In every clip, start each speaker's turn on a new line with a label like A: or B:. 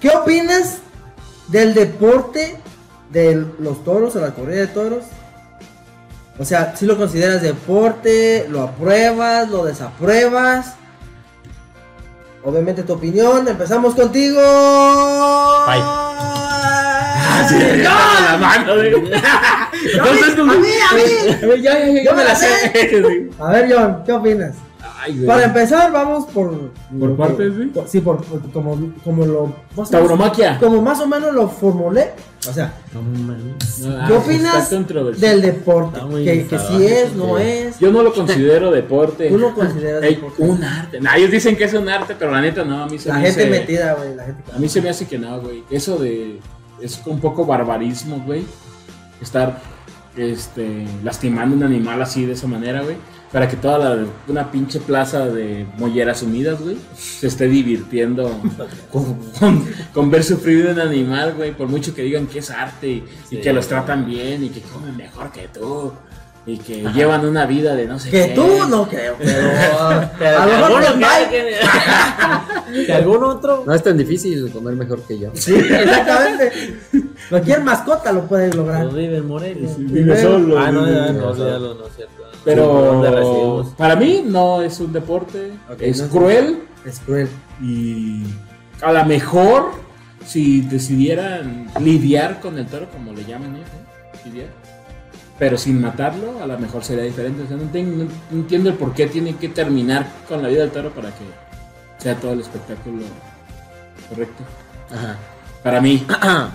A: ¿Qué opinas del deporte de los toros, de la corrida de toros? O sea, si lo consideras deporte, lo apruebas, lo desapruebas. Obviamente tu opinión. Empezamos contigo.
B: Bye.
A: Así
B: la mano, güey. Entonces, como-
A: a mí, a mí.
B: A ver, ya, ya, ya,
A: Yo me la
B: sé.
A: A ver, John, ¿qué opinas?
B: Ay, güey.
A: Para empezar, vamos por.
C: Por
A: lo que-
C: partes, ¿sí?
A: por- Sí, por, por- como, como lo. más o menos-
B: Tauromaquia.
A: Como más o menos lo formulé. O sea,
C: No mames. No,
A: ¿Qué
C: ah,
A: opinas
B: está controversial.
A: del deporte?
C: Está muy
A: Que, que
C: sabroso,
A: si es, no
C: sí.
A: es.
B: Yo no lo considero deporte.
A: Tú lo consideras
B: Ey,
A: deporte.
B: un arte. Nah, ellos dicen que es un arte, pero la neta no, a mí se
A: La
B: me
A: gente
B: hace-
A: metida, güey. La gente.
B: A mí se me hace que no, güey. Eso de. Es un poco barbarismo, güey. Estar este, lastimando a un animal así de esa manera, güey. Para que toda la, una pinche plaza de Molleras Unidas, güey, se esté divirtiendo con, con- con ver sufrir un animal, güey. Por mucho que digan que es arte y, y
C: Sí.
B: que los tratan bien y que comen mejor que tú. Y que llevan una vida de no sé
A: Que
B: qué.
A: tú no creo, pero.
D: Pero
A: a lo
D: que
A: mejor
D: alguno
A: los Mike.
D: que- que algún otro.
E: No es tan difícil comer mejor que yo.
A: Sí, exactamente. Cualquier mascota lo puede lograr.
D: Pues vive en Morelia.
B: Vive solo,
D: Ah, no,
B: vive
D: ya, no,
B: solo.
D: ya lo- no es cierto. ¿Dónde
B: Pero
D: residimos?
B: para mí no es un deporte,
A: Ok,
B: es
A: no es
B: cruel
A: Es cruel.
B: y a lo mejor si decidieran lidiar con el toro como le llaman ellos, ¿no? lidiar, pero sin matarlo, a lo mejor sería diferente. O sea, no, ten- no entiendo el por qué tiene que terminar con la vida del toro para que sea todo el espectáculo correcto.
E: Ajá.
B: Para mí,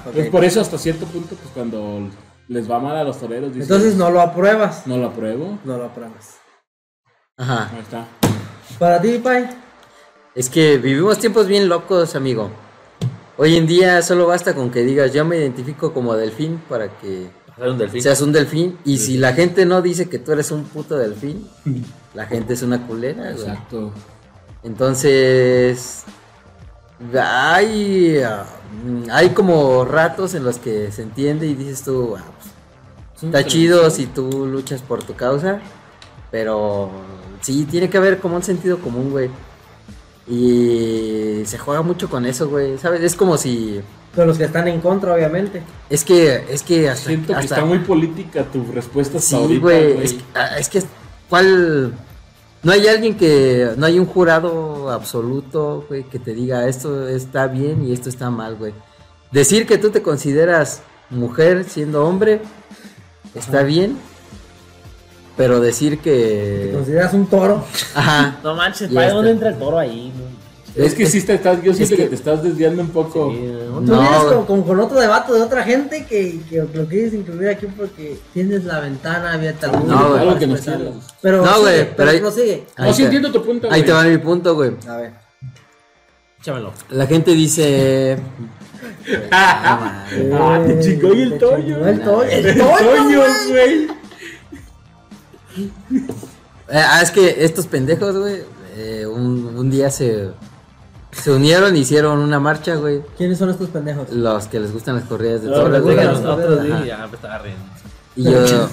A: Ok.
B: es por eso hasta cierto punto, pues cuando les va mal a los toreros, dicen,
A: Entonces no lo apruebas.
B: no lo apruebo.
A: No lo apruebas.
E: Ajá.
B: Ahí está.
A: Para ti, Pai.
E: Es que vivimos tiempos bien locos, amigo. Hoy en día solo basta con que digas yo me identifico como delfín para que
D: Hacer un delfín.
E: seas un delfín. Y si la gente no dice que tú eres un puto delfín, la gente es una culera, güey.
B: Exacto.
E: Entonces, hay, ah, mm, hay como ratos en los que se entiende y dices tú, "Ah, pues, está chido si tú luchas por tu causa, pero sí, tiene que haber como un sentido común, güey. Y se juega mucho con eso, güey, ¿sabes? Es como si...
A: Con los que están en contra, obviamente.
E: Es que, es que hasta...
B: Siento que
E: hasta-
B: está muy política tu respuesta hasta
E: Sí,
B: Pues ahorita,
E: güey.
B: güey.
E: Es, que- ah, es que, ¿cuál? No hay alguien que. No hay un jurado absoluto, güey, que te diga esto está bien y esto está mal, güey. Decir que tú te consideras mujer siendo hombre está bien, pero decir
A: Te
E: que.
A: consideras un toro.
E: Ajá.
D: No manches,
E: Y
D: ¿para
E: este-
D: dónde entra el toro ahí? no?
B: Es que sí te estás, yo siento que,
E: que-
B: te estás desviando un poco.
D: Sí, ¿dónde?
A: Tú
E: No,
A: vienes
E: güey.
A: con, con, con otro debate de otra gente que, que lo quieres incluir aquí porque tienes la ventana abierta. al público
E: güey.
A: para
B: Algo que nos
A: expresarlo.
B: quieras.
A: Pero
E: No,
A: sigue,
E: güey,
A: pero
E: pero ahí-
A: prosigue.
E: Ahí,
B: no, sí
E: te,
B: entiendo tu punto,
E: ahí
B: güey.
E: te va mi punto, güey.
A: A ver.
D: Échamelo.
E: La gente dice. "No mames".
B: Ah, te chingó y el
A: Te
B: Toño.
A: chingó El toyo.
B: El
A: El
B: Toño,
A: toyo.
B: güey.
E: Eh, ah, es que estos pendejos, güey, eh, un, un día se, se unieron y hicieron una marcha, güey.
A: ¿Quiénes son estos pendejos?
E: Los que les gustan las corridas de
D: No,
A: Ahora
D: le
E: toros,
A: les
D: digan
A: gustan
D: los
A: las
E: güey.
D: otros,
A: corridas,
D: dije,
E: ajá.
D: ya me estaba riendo.
E: Y yo,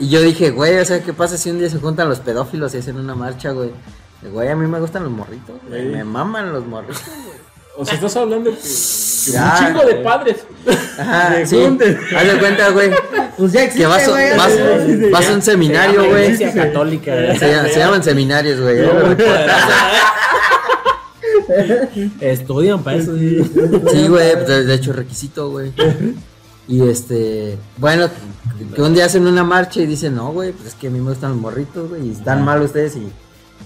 E: y yo dije, güey, o sea, ¿qué pasa si un día se juntan los pedófilos y hacen una marcha, güey? Eh, Güey, a mí me gustan los morritos, güey,
B: Ey.
E: me maman los morritos.
B: O sea, estás hablando que, que
D: Ah,
E: Ya,
B: un chingo de padres.
E: Ajá,
B: ¿De
E: sí,
B: dónde?
E: haz de cuenta, güey,
A: Pues ya
E: que
A: existe,
E: vas, a-
A: güey.
E: vas, vas a un seminario, güey,
D: Ah, Iglesia católica. güey.
E: se, llama- se llaman seminarios, güey.
D: Estudian para eso. sí.
E: Sí, güey, pues, de, de hecho requisito, güey. Y este, bueno, que un día hacen una marcha y dicen, no, güey, pues es que a mí me gustan los morritos, güey, y están mal ustedes y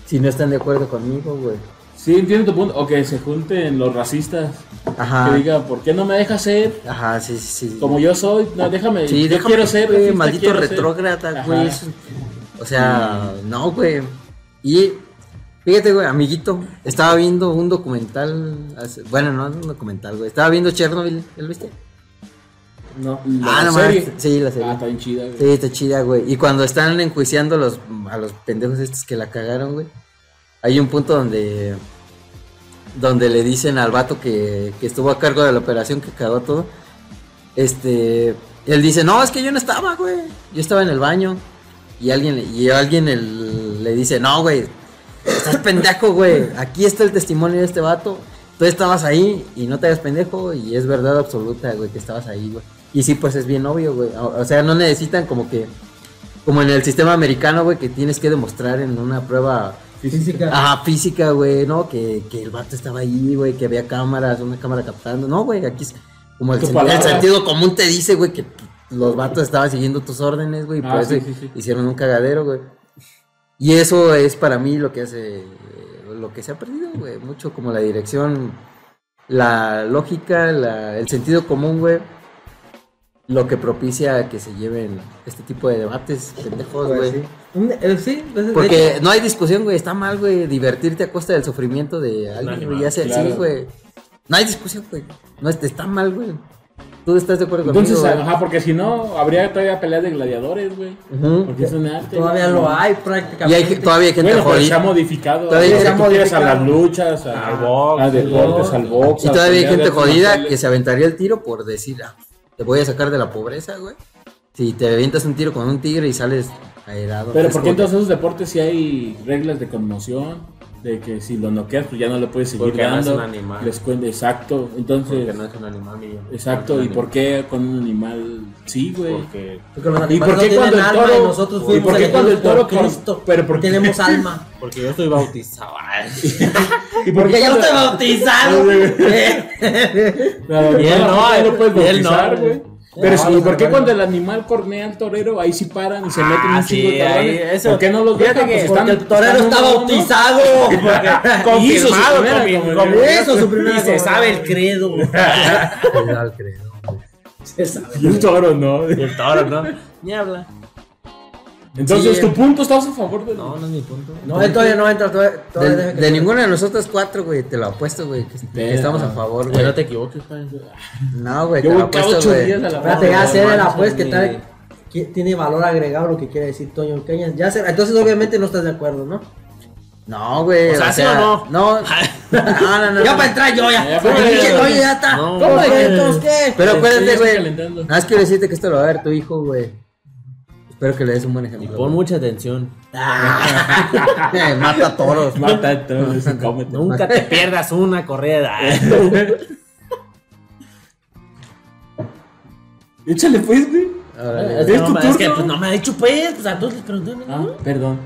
E: si no están de acuerdo conmigo, güey.
B: Sí, entiendo tu punto. O que se junten los racistas.
E: Ajá.
B: Que digan, ¿por qué no me dejas ser
E: Ajá, sí, sí, sí.
B: como yo soy? No, déjame.
E: Ah, sí,
B: yo
E: déjame,
B: quiero ser.
E: güey,
B: racista,
E: maldito
B: quiero ser.
E: retrógrada,
B: Ajá.
E: güey. eso- O sea, no, güey. Y fíjate, güey, amiguito, estaba viendo un documental, hace- bueno, no, un documental, güey, estaba viendo Chernobyl, ¿ya ¿lo viste?
B: No,
E: ah,
B: la
E: no
B: serie.
E: mames, sí, la serie.
B: Ah, está bien chida, güey.
E: Sí, está chida, güey. Y cuando están enjuiciando a los, a los pendejos estos que la cagaron, güey. Hay un punto donde. Donde le dicen al vato que, que estuvo a cargo de la operación que cagó todo. Este. Él dice, no, es que yo no estaba, güey. Yo estaba en el baño. Y alguien, le- y alguien el- le dice, no, güey. Estás pendejo, güey. Aquí está el testimonio de este vato. tú estabas ahí y no te hagas pendejo y es verdad absoluta, güey, que estabas ahí, güey. Y sí, pues es bien obvio, güey. O, o sea, no necesitan como que, como en el sistema americano, güey, que tienes que demostrar en una prueba
A: Física.
E: Ajá, física, güey, ¿no? Que, que el vato estaba ahí, güey, que había cámaras, una cámara captando. No, güey, aquí es como el,
B: Tu
E: sen-
B: palabra.
E: el sentido común te dice, güey, que t- los vatos estaban siguiendo tus órdenes, güey, y
B: Ah,
E: por eso
B: sí, sí, sí.
E: hicieron un cagadero, güey. Y eso es para mí lo que hace, eh, lo que se ha perdido, güey, mucho como la dirección, la lógica, la- el sentido común, güey. Lo que propicia que se lleven este tipo de debates pendejos, güey.
A: Pues, sí. Un- eh, sí, pues, de hecho,
E: Porque no hay discusión, güey. Está mal, güey, divertirte a costa del sufrimiento de alguien, güey.
D: animal,
E: Ya sea,
B: claro.
E: sí, güey. No hay discusión, güey. No, este, está mal, güey. Tú estás de acuerdo
B: Entonces, ah,
E: conmigo.
B: ajá, porque si no, habría todavía peleas de gladiadores, güey.
E: Entonces,
B: Porque eso es un arte.
A: todavía
B: güey.
A: lo hay
E: Y
A: prácticamente.
E: hay ge- todavía hay gente
B: Bueno, pero se ha
E: jodida.
B: modificado.
E: Todavía
B: o sea,
A: se ha
B: tú quieres a las
A: modificado.
B: luchas, a,
D: Al Ah, box,
B: a deportes,
A: sí.
B: al box.
E: Y
B: a
E: todavía hay
B: peleas
E: gente
B: de artes
E: jodida
B: marciales.
E: que se aventaría el tiro por decir, ah, te voy a sacar de la pobreza, güey. Si te avientas un tiro con un tigre y sales aerado.
B: Pero
E: es
B: ¿por qué
E: como
B: en
E: que-
B: todos esos deportes si hay reglas de conmoción? De que si lo noqueas, pues ya no le puedes seguir
D: Porque no es
B: dando.
D: un animal.
B: Les cuenta, exacto. Entonces,
D: Porque no es un animal, mío.
B: exacto. ¿Y por qué con un animal sí, güey?
D: Porque,
A: Porque los
B: ¿Y
A: animales
B: por
A: no
B: qué
A: tienen
B: cuando el
A: alma
B: toro-
A: y nosotros
B: ¿Y
A: fuimos
B: por qué
A: elegidos
B: cuando el toro
A: por
B: por-
A: Cristo?
B: pero por qué?
A: tenemos alma.
D: porque yo estoy bautizado.
B: ¿Y por
A: Porque
B: qué
A: yo
B: cuando-
A: estoy bautizado.
B: Claro,
D: Y él
B: claro,
D: no,
B: tú
D: él-
B: lo puedes
D: y él
B: bautizar,
D: no,
B: güey.
D: güey.
B: Pero
A: No,
B: sí,
A: los
B: ¿por qué
A: animales.
B: cuando el animal cornea al torero, ahí sí paran y se meten
D: Ah,
B: un chingo
D: sí,
B: de cabrones?
D: ahí, eso.
B: ¿Por qué no los
D: Fíjate
B: dejan?
D: que-
B: Pues
D: porque
B: están-
A: el torero
B: están
A: está
B: uno a uno.
A: bautizado.
D: Hizo su
B: Confirmado,
D: primera
B: como-
D: comunión.
B: como-
A: Eso, su primera
D: Y se
A: comunión.
D: sabe el credo.
E: Al credo, "Ah, güey.
A: Se sabe.
B: Y el toro, ¿no?
D: Y el toro, ¿no? Ni habla.
B: Entonces,
E: Sí.
B: ¿tu punto estás a favor de
D: No, no es mi punto.
A: No, él todavía no entra. Todavía, todavía
E: De,
A: deja que-
E: de ninguno de nosotros cuatro, güey, te lo apuesto, güey. que- que estamos a favor,
D: Güey,
E: güey.
D: no te equivoques, padre.
E: No, güey, te
B: Yo
E: lo
B: voy cada
E: apuesto,
B: ocho
E: güey.
B: días a la
A: Espérate, ya
D: No,
A: será la
D: manches,
A: pues que tal.
D: ni-
A: que Tiene valor agregado lo que quiere decir Toño Cañas. Ya será. Entonces, obviamente, no estás de acuerdo, ¿no?
E: No, güey.
D: O sea, ¿sí o no? Ah,
E: No, no, no. no,
A: Ya
E: no.
A: para entrar yo, ya.
B: Ya,
A: Ya,
B: pues,
A: Toño ya está.
D: no,
A: ¿Cómo
D: güey.
A: que entonces qué?
E: Pero acuérdate,
B: Estoy
E: güey.
B: calentando.
E: Nada más quiero decirte que esto lo va a ver tu hijo, güey. Espero que le des un buen
D: Y
E: ejemplo.
D: pon mucha atención.
E: Eh, Mata toros.
B: Mata a todos, dicen, cómete.
D: Nunca te pierdas una corrida.
B: Échale pues, güey.
E: Órale,
B: ¿Es
E: güey.
B: tu
D: No, es que
B: turno?
D: pues, no me ha dicho pues. Pues a todos les pregunté.
B: Ah, perdón.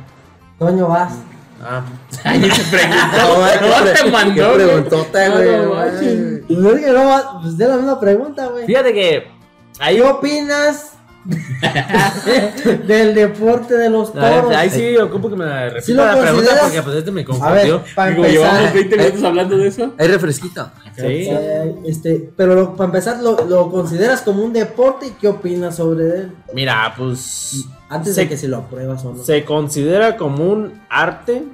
A: Toño, vas.
D: Ah,
B: Ay, se
E: No,
B: preguntó.
E: güey, qué
B: No
E: pre-
B: te mandó.
E: Qué
B: güey.
E: preguntota,
B: No,
E: güey.
B: no
E: güey.
B: manches.
A: Pues es que no va. Pues de la misma pregunta, güey.
D: Fíjate que ahí,
A: ¿Qué opinas del deporte de los
D: a ver,
A: toros?
D: ahí sí ocupo que me repita
A: ¿Sí lo
D: la pregunta
A: consideras?
D: porque pues este me
A: A
D: confundió.
A: ver, para
B: Digo, llevamos
A: empezar.
B: 20 minutos hablando de eso.
E: Hay refresquito.
D: sí.
A: eh, este, pero lo- para empezar, lo, lo consideras como un deporte y qué opinas sobre él?
D: Mira, pues
A: Antes
D: Se-
A: de que si lo apruebas o no.
D: se considera como un arte.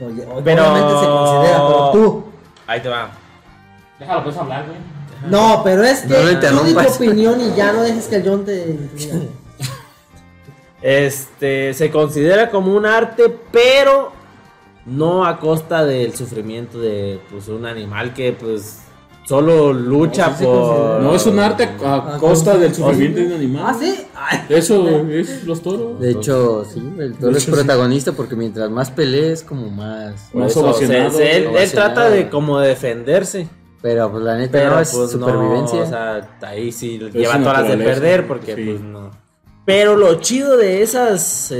A: Oye,
D: Pero-
A: Obviamente se considera, pero tú.
D: Ahí te va.
B: Déjalo, puedes hablar, güey.
A: No, pero es que
E: No lo
A: tú di tu
E: interrumpas.
A: opinión y ya no dejes que el John te. diga.
D: Este se considera como un arte, pero no a costa del sufrimiento de pues un animal que pues solo lucha
A: No, sí se
D: por
A: considera.
B: No, es un arte a, a costa del sufrimiento de un animal.
A: ah, sí. Ay,
B: Eso es los toros.
E: De hecho, sí, el toro
B: De
E: es
B: hecho, sí.
E: protagonista porque mientras más pelees, como más.
D: Por
B: Más
D: eso, o sea,
B: ovacionado,
D: él, él
E: ovacionado.
D: trata de como defenderse.
E: Pero pues la neta
D: Pero
E: no es
D: pues, no,
E: supervivencia.
D: o sea, ahí sí
B: su
D: lleva todas las de
B: naturaleza,
D: perder porque
B: sí.
D: pues no. Pero lo chido de esas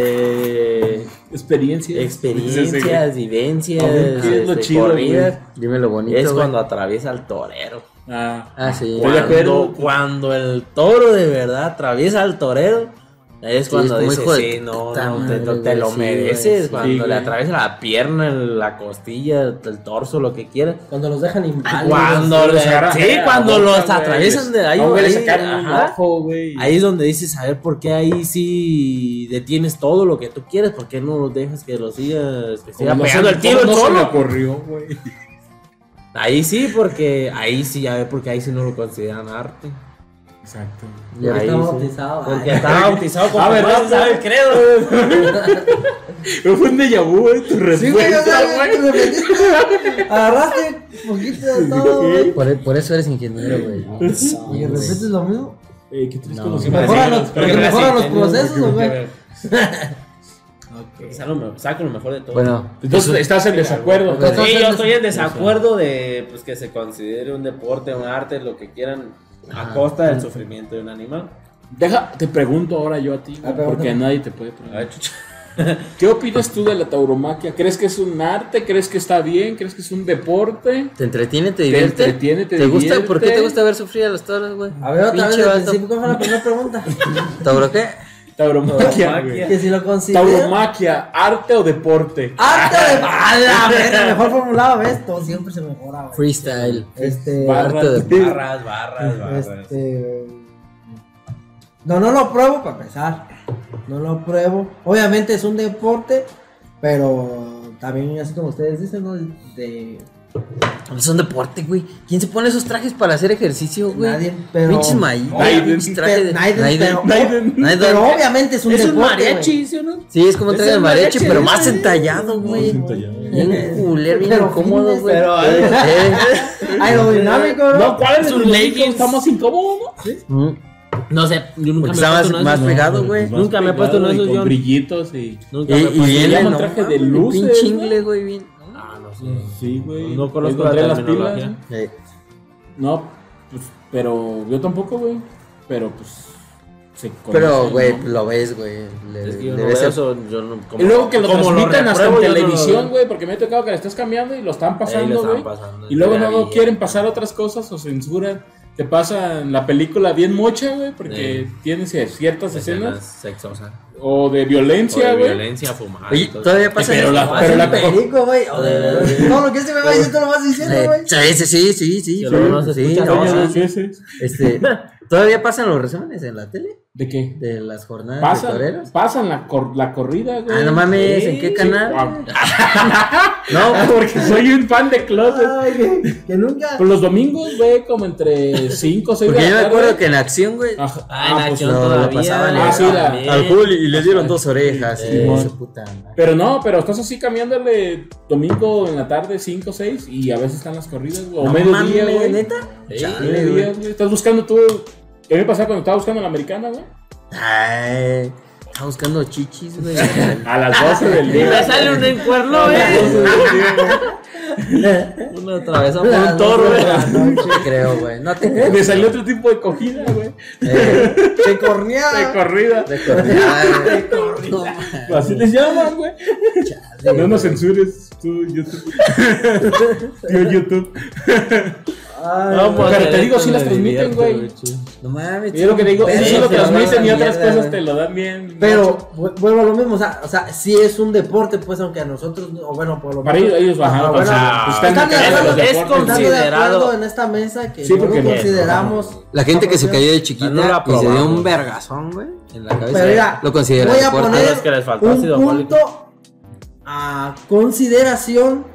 D: este
B: Experiencia.
D: experiencias, vivencias,
B: A ver, ¿qué es lo
D: este,
B: chido,
D: corridas,
E: Dime lo bonito.
D: es
E: güey.
D: cuando atraviesa al torero.
B: Ah,
E: Ah, sí.
B: Estoy de
D: Cuando,
B: acuerdo.
D: cuando el toro de verdad atraviesa al torero, es
E: Sí,
D: cuando
E: es
D: dice,
E: como hijo de
D: sí,
E: tu
D: no,
E: puta
D: no, te,
E: madre,
D: te lo
E: güey, sí,
D: mereces.
E: güey, sí,
D: cuando le
B: güey.
D: atraviesa la pierna, la costilla, el torso, lo que quieras.
A: Cuando los dejan inválidos.
D: Cuando
B: los
D: le-
B: agarran
D: sí,
B: de la
D: cuando
B: boca,
D: los
B: güey.
D: atraviesan de ahí,
B: a un güey le
D: ahí,
B: sacaron un
D: ajá.
B: ojo, güey.
D: Ahí es donde dices, a ver, ¿por qué ahí sí detienes todo lo que tú quieres? ¿Por qué no los dejas que lo sigas, que siga
B: Como no
D: pegando
B: se-
D: el tiro
B: ¿cómo
D: el
B: no se le
D: solo?
B: ocurrió, güey.
D: Ahí sí, porque ahí sí, a ver, porque ahí sí no lo consideran arte.
B: Exacto.
A: Porque
E: Ya
D: Ahí
A: está
D: sí.
A: bautizado.
D: Porque
A: ay.
D: está bautizado como
B: Ah, ¿verdad?
D: más sabe el credo.
B: Fue un déjà vu, güey, tu
A: Sí, güey, o
B: respuesta,
A: sea,
B: güey.
A: de repente Agarraste un poquito de todo, güey.
E: Por, por eso eres ingeniero, güey.
A: Y de repente es lo mismo.
B: Eh, qué triste
E: No.
B: como
E: Porque
B: siempre.
A: mejoran los-
B: Pero
A: porque
B: gracias.
A: mejoran los procesos, güey.
B: No,
D: Creo que saco lo me- saco lo mejor de todo.
E: Bueno,
B: Entonces estás
D: Eh,
B: en desacuerdo.
E: Pero
D: Sí,
A: entonces
D: yo
A: no-
D: estoy en desacuerdo de pues, que se considere un deporte, un arte, lo que quieran, a
E: Ah.
D: costa del sufrimiento de un animal.
B: Deja, te pregunto ahora yo a ti,
A: Ah,
B: güey, porque
A: pregúntame.
B: nadie te puede
D: A ver,
B: preguntar.
D: chucha.
B: ¿Qué opinas tú de la tauromaquia? ¿Crees que es un arte? ¿Crees que está bien? ¿Crees que es un deporte?
E: ¿te entretiene, te
B: Te
E: divierte?
B: entretiene, te
E: gusta? ¿Por qué
B: divierte.
E: te gusta ver sufrir a los toros, güey?
A: A ver, otra vez,
E: Pinche
A: desde el
E: vato.
A: principio, ¿cuál fue la primera pregunta?
E: ¿Tauro qué?
B: Tauromaquia.
D: Tauromaquia.
B: güey.
A: que si lo considero.
B: Tauromaquia, arte o deporte.
D: Ah,
A: ¡Arte de mala! verga, Mejor formulado, ¿ves? Todo siempre se mejora, güey.
E: Freestyle.
A: Este.
B: Barra.
E: Arte de-
D: Barras, barras, barras.
A: Este. No, no lo pruebo para empezar. No lo pruebo. Obviamente es un deporte, pero también así como ustedes dicen, ¿no? De
E: Es un deporte, güey. ¿Quién se pone esos trajes para hacer ejercicio, güey?
A: nadie, pero.
E: Pinches maíz.
A: Obvia-
B: Naiden.
E: pinches trajes de-
A: Naiden, pero-
B: Naiden.
E: Naiden.
A: Pero obviamente es un
D: Es un
A: deporte.
D: mariachi,
A: güey.
D: ¿sí o no?
E: Sí, es como un traje
D: Es
E: de
D: el
E: mariachi,
D: mariachi,
E: pero
D: es
E: más
D: el-
E: entallado, güey. Bien culero, bien
A: Pero
E: incómodo,
A: fitness,
E: güey.
A: pero-
E: Eh.
A: Aerodinámico,
B: No,
A: ¿no?
B: ¿cuál es
D: Es un
B: el
D: leggings.
B: Está más incómodo, ¿no?
E: Mm.
D: No sé, yo nunca
E: Porque
D: me he puesto
E: está más,
D: uno de
E: más
D: esos.
E: pegado, güey.
D: no. Nunca me he puesto uno de
B: y
D: esos,
B: Con
D: John.
B: brillitos y.
E: Y,
D: Nunca me he puesto-
E: y él
B: llama
E: no,
B: traje de
E: mames,
B: luces,
E: Pinche
B: ¿no?
E: inglés, güey, bien.
D: Ah, no sé.
B: Sí, güey.
D: No conozco
B: Encontré
D: la
B: las pilas,
D: terminología.
B: ¿no?
E: Eh,
B: No, pues, pero yo tampoco, güey. Pero pues. se
E: Pero,
B: conoce,
E: güey, pues,
B: ¿no?
E: lo ves, güey. Le,
D: Es que yo
E: le
D: no
E: ves
D: veo
E: el-
D: eso, yo no- como-
B: Y luego que lo
D: como
B: transmitan hasta en
D: repruebo, yo no lo
B: televisión,
D: veo.
B: güey, porque me ha tocado que la estás cambiando y lo están
D: Ahí lo
B: pasando,
D: estaban
B: güey.
D: pasando,
B: Y luego
D: ya
B: no
D: vi.
B: quieren pasar otras cosas o censuran. Te pasan la película bien mocha, güey, porque
D: Sí.
B: tiene cier- ciertas
D: escenas
B: escenas.
D: sexosas.
B: O de
D: O de
B: violencia, güey.
D: violencia, fumar.
E: Oye,
D: y todo.
E: todavía pasa
B: Pero
E: eso?
B: la-
A: Ah,
B: pero
A: es
B: la-
A: un perico, güey. O de- Todo lo que se me va diciendo lo vas diciendo,
E: Eh,
A: güey.
E: Sí, sí, sí, sí, sí.
D: Que luego no se
E: sí,
D: escucha
E: no,
D: nada.
E: sí.
B: Oye, ¿qué es eso?
E: Este, todavía pasan los resúmenes en la tele
B: ¿De qué?
E: de las jornadas Ah, de
B: Pasan,
E: toreros.
B: pasan la, cor- la corrida, güey.
E: Ah, no mames,
D: Sí,
E: ¿en qué
D: sí,
E: canal?
B: wow.
E: No,
B: Ah, porque soy un fan de Closet.
A: Ay, que- Que nunca.
B: Pues los domingos, güey, como entre 5 o 6 de
E: porque
B: la
E: yo me
B: tarde.
E: acuerdo que en acción, güey.
B: Ajá.
D: Ah, en
B: Ah, pues
D: acción
E: no,
D: todavía.
E: lo pasaban
B: en- Ah, sí, la-
D: también.
E: Al Juli y
B: Ah,
E: le dieron dos orejas.
D: Sí,
E: y
B: Simón.
E: su puta madre.
B: Pero no, pero estás así cambiándole domingo en la tarde 5 o 6 y a veces están las corridas, güey. O
E: No
B: mediodía,
E: mames,
B: güey.
E: ¿Neta?
D: Sí,
E: Chale, güey.
B: Mediodía, güey. Estás buscando tú. ¿Qué me pasaba cuando estaba buscando a la americana, güey?
E: Ay, está buscando chichis, güey.
B: A las
E: Ah,
B: 12 del
D: Y me
B: día.
D: sale un encuerno, eh. Una atravesada por un toro,
E: Ah, No,
D: eh.
E: no, no te creo, güey. No te creo.
B: Me salió otro tipo de cogida, güey.
E: Eh,
A: Te
B: De
A: corneaba.
B: corrida.
E: de cornear, güey. No,
B: Así les llaman, güey.
E: chale,
B: No nos
E: güey.
B: censures, tú, YouTube. Yo, YouTube.
A: Ay,
D: No, pues,
B: Pero te
D: la
B: digo,
D: neta
B: sí las
D: me
B: transmiten,
D: divierto,
B: güey.
D: chido.
E: No mames.
B: Yo lo que te digo, eso sí
E: Pero
B: lo
E: se va
B: transmiten
E: la
B: y otras
E: mierda,
B: cosas
E: güey.
B: te lo dan bien.
A: Pero vu- vuelvo a lo mismo, o sea, o sea, sí es un deporte, pues, aunque a nosotros, no- o bueno, por lo
B: Para ellos, ellos
A: Ajá,
B: bajaron.
A: Ah, bueno,
D: pues,
B: están
A: están
B: en
A: de
B: los
A: acuerdo,
B: deportes,
D: es
B: güey.
A: estando de
D: considerado.
A: acuerdo en esta mesa que
B: Sí,
A: no
B: porque
A: lo
B: no,
A: consideramos.
E: La gente que se cayó
D: Ah,
E: de
D: no la
E: chiquita y se dio
D: probamos.
E: un vergazón, güey, en la cabeza.
A: Pero mira,
E: lo considera
A: voy a
E: deporte.
A: poner-
D: Es que les faltó
A: un
D: ácido fólico.
A: punto a consideración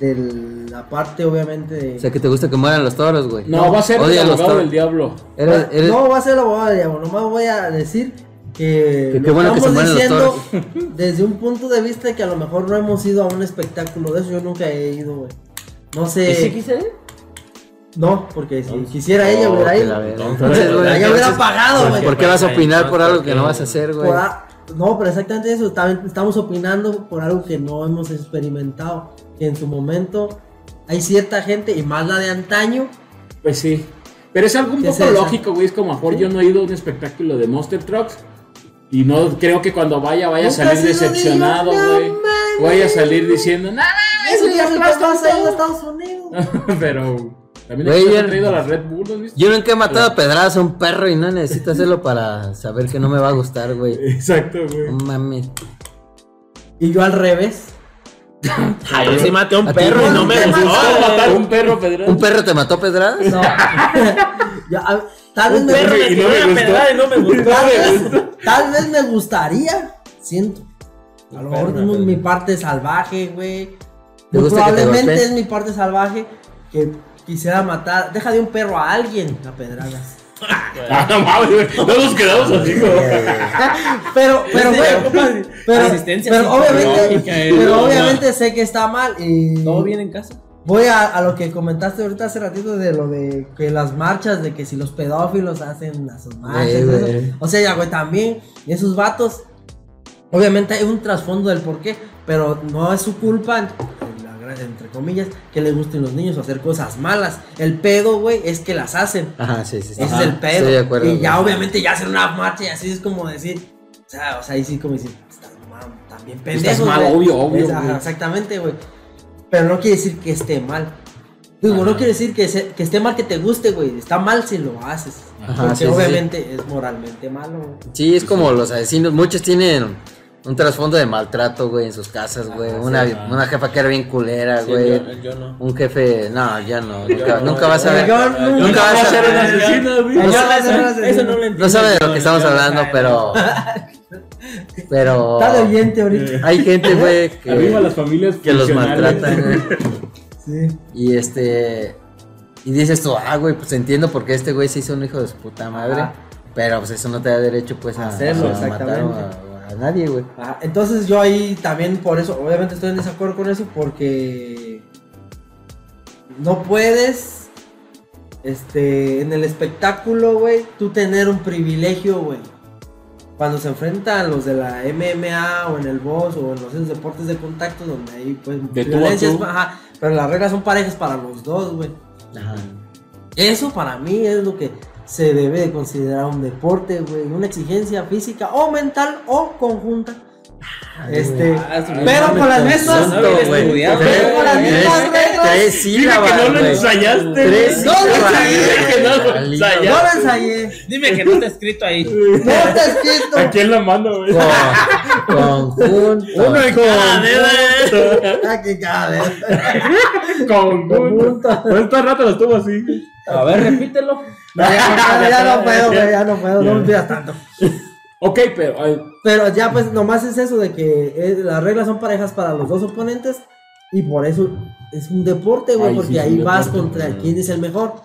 A: de la parte, obviamente, de-
E: O sea, que te gusta que mueran los toros, güey.
B: No, va a ser el
E: Odia a los
B: abogado
E: toros.
B: del diablo.
E: Eres- eres-
A: No va a ser abogado de diablo, nomás voy a decir que,
E: Que
A: lo
E: qué bueno que se mueren los
A: desde un punto de vista que a lo mejor no hemos ido a un espectáculo de eso, yo nunca he ido, güey. No sé. No, porque si quisiera ella
D: Oh,
A: hubiera
E: que
A: ido.
E: la verga.
D: Entonces,
E: Entonces, güey,
A: Ella hubiera
B: Pues
A: pagado, güey.
E: ¿Por qué vas a opinar por algo que no
D: Porque-
E: vas a hacer, güey?
A: Por a- No, pero exactamente eso. tam- Estamos opinando por algo que no hemos experimentado. Que en su momento hay cierta gente, y más la de antaño,
B: Pues sí. Pero es algo un
A: ¿Qué es
B: poco
A: eso?
B: lógico, güey. Es como, a mejor yo no he ido a un espectáculo de Monster Trucks. Y no creo que cuando vaya, vaya a
A: Nunca has
B: salir
A: ido,
B: decepcionado,
A: digo, no
B: güey.
A: mames.
B: Vaya a salir diciendo, nada,
A: eso ya se
B: aplasta
A: pasa ahí en
B: todo".
A: Estados Unidos.
B: Pero también
E: Güey,
B: es que
E: yo-
B: han traído a las Red Bull, ¿no has visto?
E: Yo nunca he matado a pedradas a un perro y no necesito hacerlo para saber que no me va a gustar, güey.
B: Exacto,
E: No
B: güey.
E: mames.
A: Y yo al revés.
D: Ay, yo sí maté a un
E: A ti,
D: perro y
E: güey,
D: no me
A: ¿qué
D: gustó.
A: pasó?
B: ¿Cómo matar a
D: güey.
B: un perro, Pedro?
E: ¿Un perro te mató a pedradas?
A: No. Ya, a- tal, vez
D: Un
A: me,
D: perro me
B: Y no
D: tiró
B: me
D: una
B: gustó.
D: pedrada y no me gustó.
A: tal, vez, tal vez me gustaría. Siento. A lo
D: Un
A: mejor
D: perro,
A: no es
D: pero-
A: mi parte salvaje, güey.
E: ¿Te
A: Muy
E: gusta que te
A: Probablemente
E: golpeen?
A: es mi parte salvaje que quisiera matar. Deja de un perro a alguien a pedradas.
B: Ah, no mames, güey. No nos quedamos así, güey.
A: Pero, pero,
D: Sí,
A: güey,
D: compadre.
A: pero,
D: Asistencia
A: pero obviamente,
D: psicológica, eh,
A: pero
D: no,
A: obviamente sé que está mal y
D: ¿Todo bien en casa?
A: voy a, a lo que comentaste ahorita hace ratito de lo de que las marchas, de que si los
D: Eh,
A: pedófilos hacen a sus marchas,
E: Güey,
A: eso.
E: güey.
A: o sea, ya, güey, también esos vatos Obviamente hay un trasfondo del por qué, pero no es su culpa, en- en la gra- entre comillas, que le gusten los niños o hacer cosas malas. El pedo, güey, es que las hacen.
E: Ajá, sí, sí,
A: Ese
E: sí. Ajá,
A: es el pedo.
E: Estoy de acuerdo.
A: y ya,
E: güey.
A: obviamente, ya hacer una marcha y así es como decir, o sea, o sea, ahí sí como decir, estás mal, también pendejo.
B: Estás mal, obvio, obvio, güey.
A: exactamente, güey. Pero no quiere decir que esté mal. Digo,
B: Ajá.
A: no quiere decir que, se- que esté mal que te guste, güey. Está mal si lo haces.
E: Ajá,
A: porque
E: sí, sí, sí.
A: obviamente es moralmente malo, güey.
E: Sí, es como los asesinos. Muchos tienen un trasfondo de maltrato, güey, en sus casas, güey.
B: Ah,
D: Ajá,
E: Una,
D: sí,
B: ajá.
E: una jefa que era bien culera,
D: Sí,
E: güey.
D: yo, yo no.
E: Un jefe, no, ya no. Nunca,
D: no,
E: nunca vas a
A: yo
E: ver.
A: no.
B: Yo no
E: Nunca
B: voy
E: vas
B: a
E: a
B: ser un
E: ver.
B: asesino, güey.
A: Yo-
B: No,
A: sabe- eso no
D: no
A: lo
E: No sabe de lo que estamos hablando, pero. Pero. Oh.
A: Está de oyente ahorita.
E: Hay gente, güey,
B: Arriba las
E: que,
B: familias
E: que los
B: funcionales.
E: maltratan, güey.
A: Sí.
E: Y este. Y dices tú, ah, güey, pues entiendo por qué este güey se hizo un hijo de su puta madre.
A: Ajá.
E: Pero pues eso no te da derecho, pues, a,
A: Hacerlo,
E: a matar
A: exactamente.
E: a, a nadie, güey.
A: Ajá, Entonces yo ahí también por eso, obviamente estoy en desacuerdo con eso porque no puedes, este, en el espectáculo, güey, tú tener un privilegio, güey. Cuando se enfrentan los de la MMA o en el box o en los esos deportes de contacto donde hay pues
B: De tú a
A: violencias,
B: tú.
A: ajá, pero las reglas son parejas para los dos, güey.
E: Ajá.
A: Eso para mí es lo que se debe de considerar un deporte, güey, una exigencia física o mental o conjunta. Este,
C: Ah,
A: pero con las mismas,
D: Tonto, güey.
A: estudiado,
D: Tres-
A: pero con las
E: Este,
A: mismas
E: Tres,
A: reglas.
E: tres sílabas, güey.
B: ensayaste.
E: Tres
A: No,
E: sílabas,
A: no,
E: güey.
A: dije
B: que no lo
E: Salido.
A: No
B: ensayaste.
A: lo ensayé,
C: Dime que no está escrito ahí.
A: no está escrito.
B: Aquí en la mano, güey.
E: Con- Conjunto.
B: Uno en conjunto.
A: Ah, qué cabeza.
B: Conjunto. Pues todo el rato lo estuvo así.
D: A ver, repítelo.
A: No, ya, ya- ya no puedo, güey, ya no puedo, no me pidas tanto.
B: Ok, pero ay,
A: Pero ya pues nomás es eso de que eh, las reglas son parejas para los dos oponentes y por eso es un deporte, güey,
B: Ahí sí
A: porque
B: es un
A: ahí vas
B: deporte,
A: contra
B: güey.
A: quién es el mejor.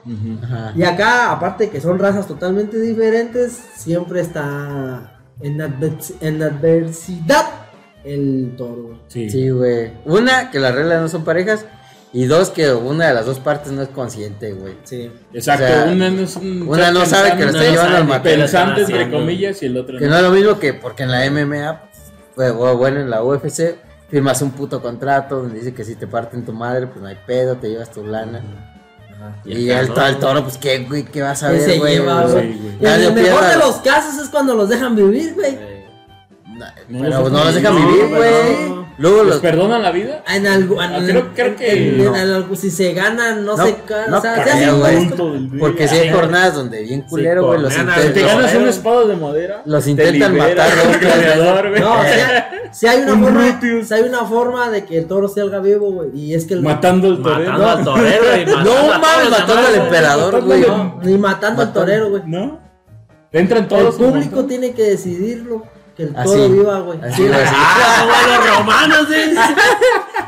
E: Ajá.
A: Y acá, aparte de que son razas totalmente diferentes, siempre está en, adver- en adversidad el toro. güey.
B: sí.
E: Sí, güey. Una, que las reglas no son parejas. Y dos, que una de las dos partes no es consciente, güey.
A: Sí.
B: Exacto.
E: O sea,
B: una no, es un-
E: una no sabe que lo
B: una
E: está
B: no
E: llevando
B: sabe,
E: al matar, lo están
B: Pensante, entre
D: haciendo.
B: comillas, y el otro
E: Que no es lo mismo que porque en la MMA, pues, o bueno, en la UFC, firmas un puto contrato donde dice que si te parten tu madre, pues no hay pedo, te llevas tu lana. Y ya el,
D: no.
E: to- el toro, pues qué, güey, qué vas a
A: ¿Qué se
E: ver, güey.
A: lleva,
E: O sea,
A: güey?
B: Sí, güey.
A: Y en
E: Nadie
A: el mejor
E: pierda.
A: de los casos es cuando los dejan vivir, güey.
E: no,
B: No
E: pero pues,
B: los
E: no los
B: dejan
E: dejan
B: vivir,
A: no,
E: vivir, güey.
A: no.
E: Luego
B: ¿Les
E: los.
B: perdonan Pues, la vida?
A: En algo, en-
B: Ah, creo- creo que
A: en- en
E: no.
A: algo- si se ganan, no,
E: No,
A: se cansan.
E: no
A: se
E: creo,
A: hacen
E: güey.
A: esto.
B: Punto del día.
E: Porque si hay jornadas donde bien culero, güey, los
D: cornean a-
B: Te
E: intentan.
B: ganas un espada de madera.
E: Los
B: te
E: intentan
B: liberas
E: matar
B: del
E: dos, tres veces.
B: gladiador, güey.
A: No, o sea, si hay una
B: Un
A: forma,
B: Ruteus.
A: si hay una forma de que el toro salga vivo, güey, y es que el
B: Matando al torero.
D: Matando al torero y matando a
E: No
D: todos los
E: mames, matando
D: demás,
E: al
D: güey.
E: emperador, güey.
B: Matando-
A: ni matando al
E: Matando.
A: torero, güey.
B: ¿No? Entran
A: El
B: todos. como-
A: público tiene que decidirlo, que el
E: Así.
A: toro viva, güey.
E: Ah, Así, güey, así.
D: Ah, como los romanos, ¿eh?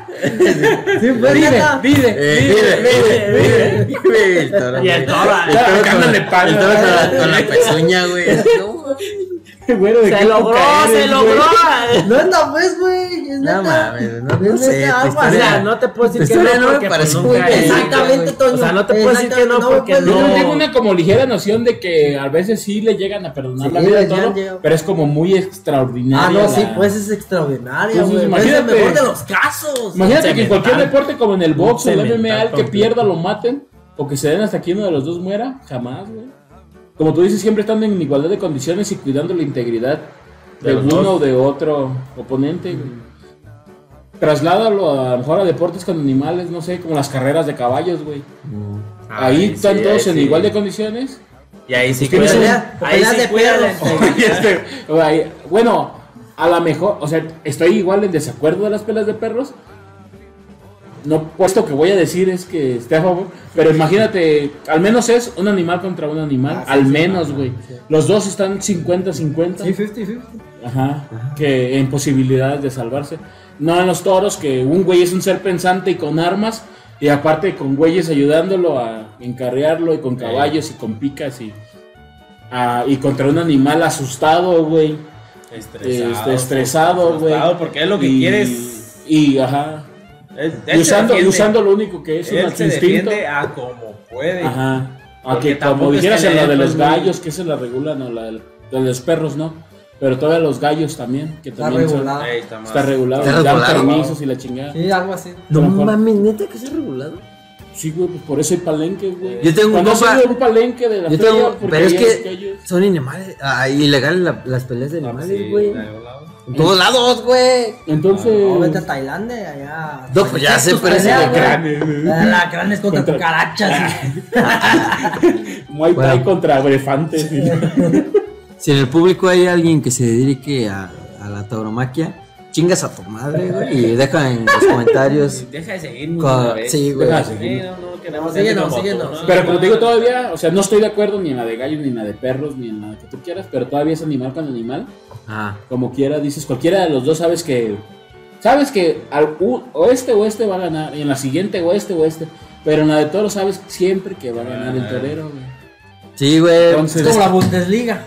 A: Sí, pues, neta.
E: Eh, Vive, vive, vive el toro.
D: Y el toro,
E: güey. El toro
B: Acá
E: con
B: no
E: la-
B: le pagan.
E: el toro con la- con la pezuña, güey. No,
B: Bueno, ¿de
D: Se
B: qué
D: logró,
B: época
D: se
B: eres,
D: logró.
B: güey?
A: No es la vez, güey. Es
E: No
A: neta.
E: mames, no- no
A: Es
E: sé,
A: neta,
E: tu
A: aguas.
D: O
E: historia-
D: sea, no te puedo decir
E: Pues
D: que
E: todavía
D: no,
E: no me
D: porque pues
E: parece
D: nunca
E: muy
D: he
E: bien.
D: ido.
A: Exactamente, Toño.
D: O sea, no te puedo decir que no,
A: Exactamente, pues,
D: porque
A: me puedes
B: Yo
D: no.
A: decir-
B: tengo una como ligera noción de que a veces sí le llegan a perdonar
A: Sí,
B: la vida al
A: ya
B: toro,
A: llega.
B: pero es como muy extraordinario.
A: Ah, no, sí,
B: la-
A: pues es extraordinaria,
E: Pues,
B: Entonces,
A: güey. Es el
B: imagínate.
A: mejor de los casos.
B: Imagínate
D: Un
B: que en cualquier
D: cemental.
B: deporte como en el box o
D: Un
B: el MMA,
D: cemental
B: al que
D: completo.
B: pierda lo maten o que se den hasta que uno de los dos muera, jamás, güey. Como tú dices, siempre estando en igualdad de condiciones y cuidando la integridad
D: De
B: de,
D: los
B: uno o
D: dos.
B: de otro oponente, güey. Trasládalo a, lo mejor a deportes con animales, no sé, como las carreras de caballos, güey.
D: Ah,
B: ahí
D: sí,
B: están todos
D: ahí
B: en
D: sí.
B: igual de condiciones
D: Y ahí sí
B: Pues
D: cuidan-
A: pelea-
D: Ahí
A: pelea
D: sí
A: de
D: cuidan la
A: perros.
D: integridad.
B: Y este, güey, bueno, a lo mejor, o sea, estoy igual en desacuerdo de las pelas de perros. No, puesto que voy a decir es que esté a favor, pero imagínate, al menos es un animal contra un animal,
A: Ah, sí,
B: al
A: sí,
B: menos,
A: sí,
B: güey.
A: sí.
B: Los dos están 50-50.
A: Sí, 50-50.
B: Ajá, que en posibilidades de salvarse. No en los toros, que un güey es un ser pensante y con armas, y aparte con güeyes ayudándolo a encarrearlo, y con caballos y con picas, y, ah, y contra un animal asustado, güey,
C: Estresado.
B: este, estresado, güey.
C: frustrado, Porque es lo que
B: y-
C: quieres.
B: Y ajá.
C: Él-
B: Y
C: él se
B: usando, y
C: defiende.
B: usando lo único que es, un
C: Él se
B: instinto.
C: defiende a como puede.
B: Ajá. A
C: Porque
B: que
C: tampoco
B: como
C: es que
B: dijeras
C: le
B: en la de
C: den
B: los
C: los muy-
B: gallos, que se la regulan, o la del- la de los perros, ¿no? Pero todavía los gallos también, que
A: Está
B: también son-
A: regulada.
C: Ey, está mal.
B: está regulado, dan
E: Está regulado.
B: permisos y la chingada.
A: Sí, algo así.
E: No
B: A lo mejor-
E: mames, neta que es regulado.
B: Sí, güey, pues por eso hay palenques, güey.
E: Yo tengo un
B: Cuando
E: compa-
B: hacen un palenque de la
E: Yo
B: feria,
E: tengo,
B: porque
E: pero es
B: ahí
E: que
B: hay gallos.
E: son animales, ah, ilegales la- las peleas de
C: Ah, pues
E: animales,
C: sí,
E: güey.
C: está regulado.
E: en todos lados, güey.
B: Entonces,
A: No, vete a Tailandia, allá.
E: No, pues ya sé, pero ese
A: pelea, güey.
B: alacranes, güey.
A: Alacranes contra
B: Contra-
A: cucarachas.
E: Ah.
B: Muay Thai
E: Bueno.
B: contra elefantes. y-
E: Si en el público hay alguien que se dedique a, a la tauromaquia, chingas a tu madre, güey. Y deja en los comentarios.
C: Deja de seguirnos.
E: Con-
C: una vez.
E: sí, güey.
C: Deja de
B: Sí,
C: seguirnos. no, no, queremos ser
A: Síguenos,
C: como tú,
A: síguenos.
C: ¿no?
B: Pero como te digo, todavía, o sea, no estoy de acuerdo ni en la de gallos, ni en la de perros, ni en la que tú quieras, pero todavía es animal con animal.
E: Ah,
B: Como quiera, dices, cualquiera de los dos sabes que. Sabes que al, u- o este o este va a ganar, y en la siguiente o este o este. Pero en la de toro sabes siempre que va a ganar el torero, güey.
E: sí, güey.
B: Entonces-
A: Es como la Bundesliga.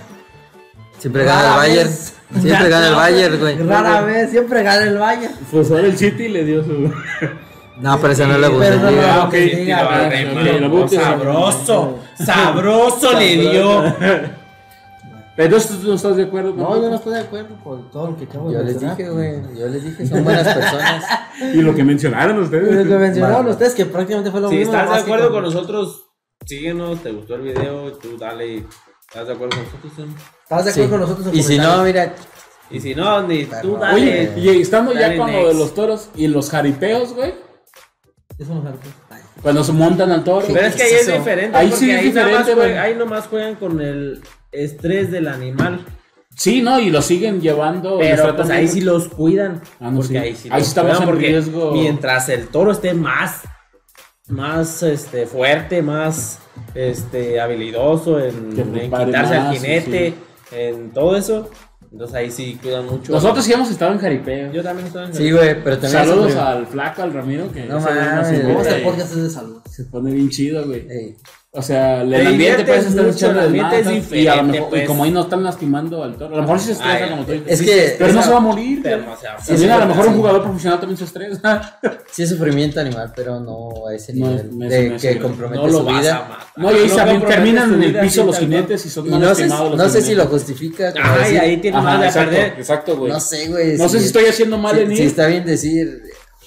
E: Siempre gana el
A: Rara
E: Bayern.
A: vez.
E: Siempre gana el Bayern, güey.
A: Rara vez, siempre gana el Bayern.
B: Pues ahora el City le dio su.
E: No, pero esa no es la
A: Sí,
E: Bundesliga.
A: pero no la-
C: Ah, ok,
A: Sí,
C: sí,
A: la
C: lo
B: verdad,
C: arremangó.
B: sí, lo bote,
C: Sabroso, sabroso le dio.
B: Pero tú no estás de acuerdo,
A: No, yo no estoy de acuerdo con todo lo que acabo de
E: Yo les
A: mencionar.
E: dije, güey. Yo les dije, son buenas personas.
B: Y lo que mencionaron
A: Lo que
B: ustedes.
A: mencionaron
E: Vale.
A: ustedes que prácticamente fue lo
C: Si
A: mismo.
C: estás de
A: nomás que
C: acuerdo con nosotros, síguenos. ¿Te gustó el video? Tú dale. ¿Estás de acuerdo con nosotros? Sam?
A: Estás de acuerdo
E: Sí.
A: con nosotros. en
E: Y si no,
A: comentarios.
E: mira,
C: Y si no, ni tú
E: Perro.
C: dale.
B: Oye, y estando ya
C: Dale,
B: con lo
C: next.
B: de los toros y los jaripeos, güey.
A: Es pues. un ojete. Ay.
B: Cuando se montan al toro.
E: Sí.
B: güey.
C: Pero es que ahí
E: ¿Qué
C: es
E: es eso?
C: diferente.
B: Ahí
C: porque
B: sí es
C: Nada más
B: diferente,
C: juegan,
B: güey.
C: ahí nomás juegan con el estrés del animal.
B: Sí, no, y lo siguen llevando. los
C: Pero
B: tratan
C: pues
B: bien.
C: ahí sí los cuidan.
B: Ah, no,
C: porque
B: sí.
C: ahí sí,
B: Ahí
C: los
B: sí está más
C: cuidan,
B: en
C: porque
B: riesgo.
C: Mientras el toro esté más, más este, fuerte, más este, habilidoso en,
B: Que
C: en
B: prepare
C: quitarse al
B: más,
C: jinete,
B: sí.
C: en todo eso. Entonces ahí sí cuidan mucho.
B: Nosotros sí hemos estado en jaripeo.
C: Yo también estoy en
E: sí, güey, pero también.
B: Saludos
E: se-
B: al flaco, al Ramiro, que
E: No
B: ese güey
E: mames,
B: hace
E: güey.
A: Vamos
B: nada.
A: a podcast es de salud.
B: se pone bien chido, güey.
E: Ey,
B: O sea, el
C: Te
B: ambiente
C: diviertes
B: puedes estar
C: mucho,
B: echando
C: el
B: de
C: ambiente
B: y,
C: es
B: a lo
C: diferente,
B: mejor, y
C: pues.
B: como ahí no están lastimando al toro. A lo mejor sí se estresa
C: Ay,
B: como tú dices.
E: es que-
B: Pero no
E: esa-
B: se va a morir.
C: Pero,
B: güey.
C: o sea,
E: Sí,
B: También a lo mejor un
E: sí.
B: jugador profesional también se estresa.
E: Sí, es sufrimiento animal, pero no a ese
B: No,
E: nivel
B: no es-
E: de
B: no es-
E: que
B: no
E: compromete
C: no lo
E: su
C: vas a
E: vida.
C: matar.
B: No, y ahí también
C: No comprometes
B: terminan
C: tu
B: en el
C: vida
B: piso
C: así,
B: los
C: tal cual.
B: jinetes y son
E: Y
B: mal
E: no sé,
B: lastimados los
E: no sé si
B: jinetes.
E: lo justifica. como
C: Ay,
E: decir,
C: ahí tiene
B: Ajá,
C: más de
B: exacto,
C: perder.
B: exacto, güey.
E: No sé, güey.
B: No sé si estoy haciendo mal
E: si-
B: en
E: si
B: ir.
E: está bien decir,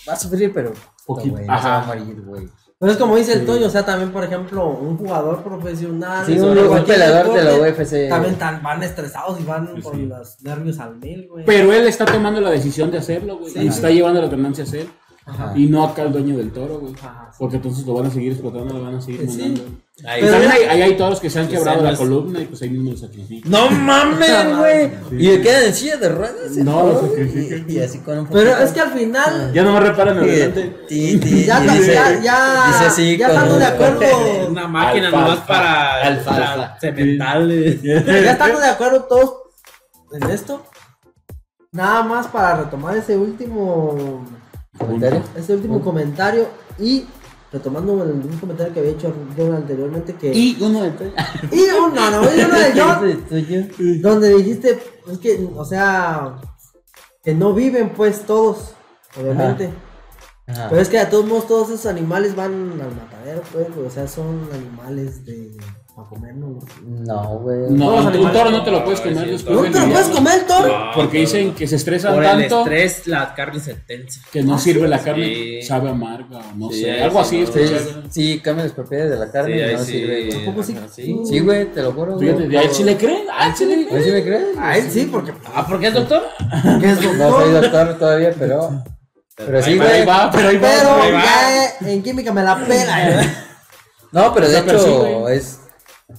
E: va a sufrir, pero.
B: Poquito,
E: Poquito, güey, no se va a
B: ajá.
E: morir, güey.
A: Pero es como dice el Toño, o sea, también, por ejemplo, un jugador profesional.
E: Sí,
A: o
E: un- un
A: cualquier
E: peleador de la
A: deporte,
E: UFC.
A: También tan- van estresados y van
B: Sí,
A: con
B: sí.
A: los nervios al mil, güey.
B: Pero él está tomando la decisión de hacerlo, güey.
A: Sí,
B: y
A: sí.
B: está llevando la tendencia a hacer.
E: Ajá.
B: Y no acá el dueño del toro, güey.
A: Ajá, sí.
B: Porque entonces lo van a seguir explotando, lo van a
E: Eh,
B: seguir
A: Sí.
B: mandando.
C: Ahí
B: Y
A: Pero-
B: también hay, ahí hay toros que se han
C: Que
B: quebrado
C: sean
B: la
C: las-
B: columna y pues ahí mismo lo sacrifican.
E: ¡No mames, güey!
B: Sí.
E: Y le quedan en silla de ruedas. el
B: No, lo
E: cabrón,
B: sacrifican.
E: y, y así con un
A: Pero
E: poquito-
A: es que al final.
B: Ya no me reparan
E: y-
B: adelante.
E: ti, ti,
A: Ya,
E: y
A: ya,
E: dice-
A: ya, ya,
E: dice así
A: ya
E: con
A: estando
E: un-
A: de acuerdo,
C: Una máquina nomás
B: Alfalfa.
C: para eh,
E: Alfalfa.
C: para cementarle.
A: ya estando de acuerdo todos en esto. Nada más para retomar ese último,
E: ¿Comentario?
A: ese este último comentario y retomando el, un comentario que había hecho yo anteriormente que y,
B: uno de
A: uno, no, y uno de John,
E: Tuyo.
A: donde dijiste es que, o sea, que no viven pues todos, obviamente.
E: Ajá.
A: Pero es que a todos modos todos esos animales van al matadero, pues, güey, o sea, son animales de para comernos.
E: No, güey.
B: No,
A: Todos
B: un- un
A: animales.
B: toro no te lo puedes
C: Ay,
B: comer
C: sí,
B: después.
A: No
B: del
A: te lo
B: día,
A: puedes
B: güey.
A: comer el toro.
B: Porque dicen que se estresan
C: Por el
B: tanto
C: estrés, la carne se tensa.
B: que no sirve la carne.
C: Ah, Sí.
B: Sabe amarga o no
C: Sí,
B: sé.
C: ahí
B: Algo
C: sí,
B: así.
C: no.
B: escuché.
E: Sí, sí, cambia las propiedades de la carne
C: Sí,
E: y
C: ahí
E: no
C: sí.
E: sirve. güey.
A: Tampoco sí.
C: Ajá, sí.
E: Sí, güey, te lo juro.
B: Fíjate, de a él sí le creen. A él sí le
E: ¿A él
B: creen.
E: sí me crees?
A: A él sí, porque
C: Ah, ¿por qué es doctor?
A: porque es
E: No soy
A: doctor.
E: doctor todavía, pero. Pero sí,
C: Ahí
B: Pero ahí va,
E: güey.
C: va,
B: pero ahí va.
A: Pero
C: ahí va.
A: ya eh, en química me la pela. güey.
E: No, pero de
B: No, pero sí,
E: hecho,
B: güey.
E: es.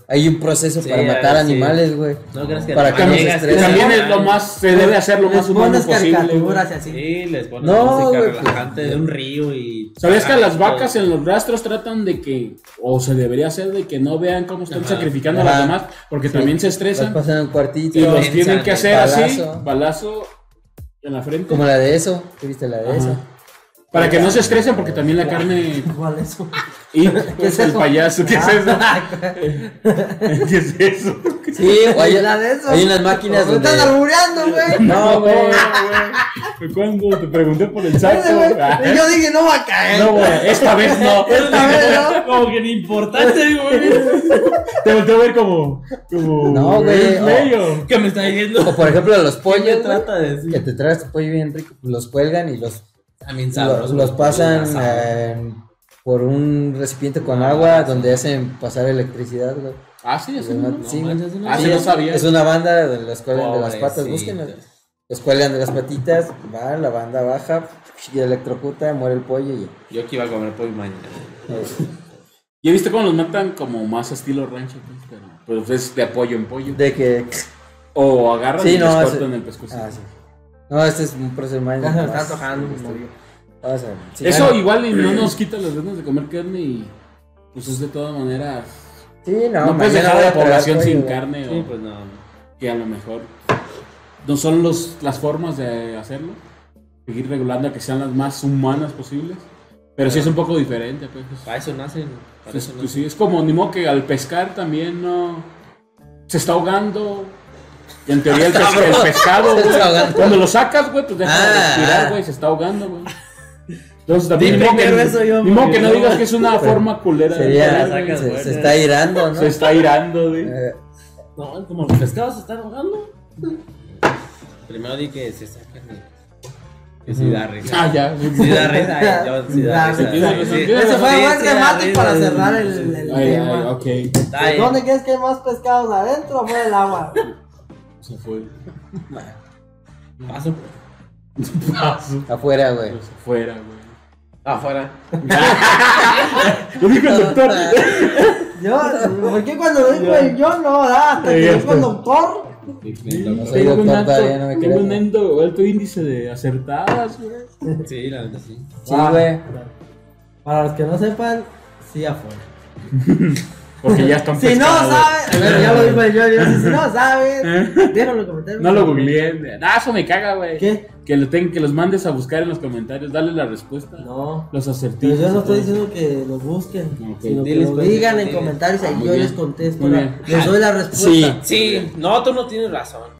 E: Hay un proceso
C: Sí,
E: para
C: a
E: matar
C: ver, sí.
E: animales, güey.
C: No creas que
E: Para
C: no
E: que no se
C: llegas,
E: estresen.
B: También
C: Ay.
B: es lo más. Se debe hacer lo más
A: Les
B: humano
A: pones
B: posible. güey.
A: ¿eh? caricaturas y así.
C: Sí, les ponen
E: No,
C: música
E: güey, pues.
C: relajante de un río y.
B: ¿Sabías que a las vacas en los rastros tratan de que, o se debería hacer de que no vean cómo están
C: Ajá.
B: sacrificando a
E: Ajá.
B: las demás? Porque también se
E: Las
B: estresan
E: pasan en un cuartito.
B: y los
C: Piensan
B: tienen que
C: en
B: hacer así,
E: balazo.
B: balazo en la frente.
E: Como la de eso. ¿Qué viste la de
B: Ajá.
E: eso?
B: Para que no se estresen porque también la carne...
A: Igual eso.
B: Y pues, el payaso, ¿qué es eso? ¿Qué es eso?
E: Sí, o hay,
A: la de eso.
E: hay unas máquinas
A: Me
E: donde.
A: están albureando, güey.
B: No, güey, güey. Cuando te pregunté por el
A: Ese,
B: saco. Ah.
A: güey. Y yo dije, no va a caer.
B: No, güey, esta vez no.
A: Esta vez no.
B: Como que ni importante, güey. Te volteo a ver como. como
E: No, güey,
B: ¿eres
E: o-
B: bello?
C: ¿Qué me está diciendo?
E: O por ejemplo, los
C: ¿Qué
E: pollos. güey,
C: trata de decir?
E: Que te traes tu pollo bien rico. pues, Los cuelgan y los,
C: También
E: los, los pasan eh, por un recipiente con agua donde hacen pasar electricidad, güey.
B: Ah, sí, eso
E: No,
B: no.
E: sí,
C: manches, no
E: sí,
B: manches.
E: es-
B: Ah, sí, no sabía.
E: Es una banda de las cuelgan de las
C: Pobrecitos.
E: patas, búsquenla. Los cuelgan de las patitas, va, la banda baja y electrocuta, muere el pollo y.
C: Yo que iba a comer pollo mañana.
B: Y he visto cómo los matan como más estilo rancho, pues, pero pues es de apoyo en pollo.
E: De que.
B: O agarran
E: Sí,
B: y les
E: no,
B: cortan
E: ese-
B: el pescuezo.
E: Ah, sí. No, este es un proceso más.
A: Ya se me está
E: más-
A: antojando,
E: más-
A: me estoy-
E: más- sí,
B: Eso
E: bueno,
B: igual y no nos quita las ganas de comer carne y pues es de todas maneras.
E: Sí, no,
B: No, puedes dejar a
E: mañana voy a
B: la
E: probar
B: población
E: pollo,
B: sin
E: güey.
B: carne
C: Sí,
B: o
C: pues no.
B: que a lo mejor no son los, las formas de hacerlo. Seguir regulando a que sean las más humanas posibles. Pero sí es un poco diferente, pues.
C: Para eso nacen. Para
B: Pues,
C: eso
B: pues,
C: nacen.
B: sí, es como ni modo que al pescar también no se está ahogando. Y en teoría el, pes- el pescado,
E: Se está
B: güey,
E: ahogando.
B: cuando lo sacas, güey, pues deja de
E: Ah,
B: respirar,
E: ah.
B: güey, se está ahogando, güey. Entonces también
C: Di
B: ni modo que,
C: primero eso yo,
B: ni modo
C: porque
B: que no
C: no.
B: digas que es una
E: Pero
B: forma culera de
E: Sería,
B: comer,
C: sacas,
E: se,
C: güey.
E: se está irando, ¿no?
B: se está irando, güey.
E: Eh,
C: No, como los pescados se están ahogando. Primero di que se sacan. y- Que sí da risa.
B: Ah, ya.
C: Sí da risa. eh, yo- sí da
A: Da
C: risa.
B: risa.
C: sí, sí.
B: Ese
A: Ese fue
C: Sí,
A: buen
C: sí da
A: remate
C: risa,
A: para
C: sí,
A: cerrar
C: sí,
A: el,
C: sí.
A: el- el
B: Ay, ay,
A: tema.
B: ok.
C: Está bien.
A: ¿Dónde quieres que hay más pescados adentro o fuera del agua?
B: Se fue.
C: Paso.
B: Paso.
E: afuera, güey.
B: Pero se fuera, güey.
C: Afuera.
B: Lo dijo el doctor.
A: Yo, ¿por qué cuando lo digo el yo no? da? Hasta que dijo el doctor.
E: No soy
B: Tengo un
E: doctor
B: alto,
E: todavía, no me
B: tengo
E: creas.
B: un endo- alto índice de acertadas, güey.
C: Sí, la neta sí.
E: Sí, güey.
A: Para los que no sepan, sí afuera.
B: Porque ya están
A: Si no
B: pescados.
A: saben, bueno, ya lo dijo el yo, yo, si no saben, déjenlo en los comentarios.
B: ¿Eh? No lo googleé. Ah, eso me caga, güey.
A: ¿Qué?
B: Que, lo ten- que los mandes a buscar en los comentarios. Dale la respuesta.
A: No.
B: Los
A: Pero
B: acertijos.
A: yo no
B: y todo.
A: estoy diciendo que lo busquen,
B: Ok.
A: sino que
C: Diles,
A: lo
C: pues,
A: digan en
C: diles.
A: comentarios
B: Ah,
A: y
B: muy
A: yo
B: bien.
A: les contesto.
B: Muy
A: la-
B: bien.
A: Les doy la respuesta.
C: Sí, no, tú no tienes razón.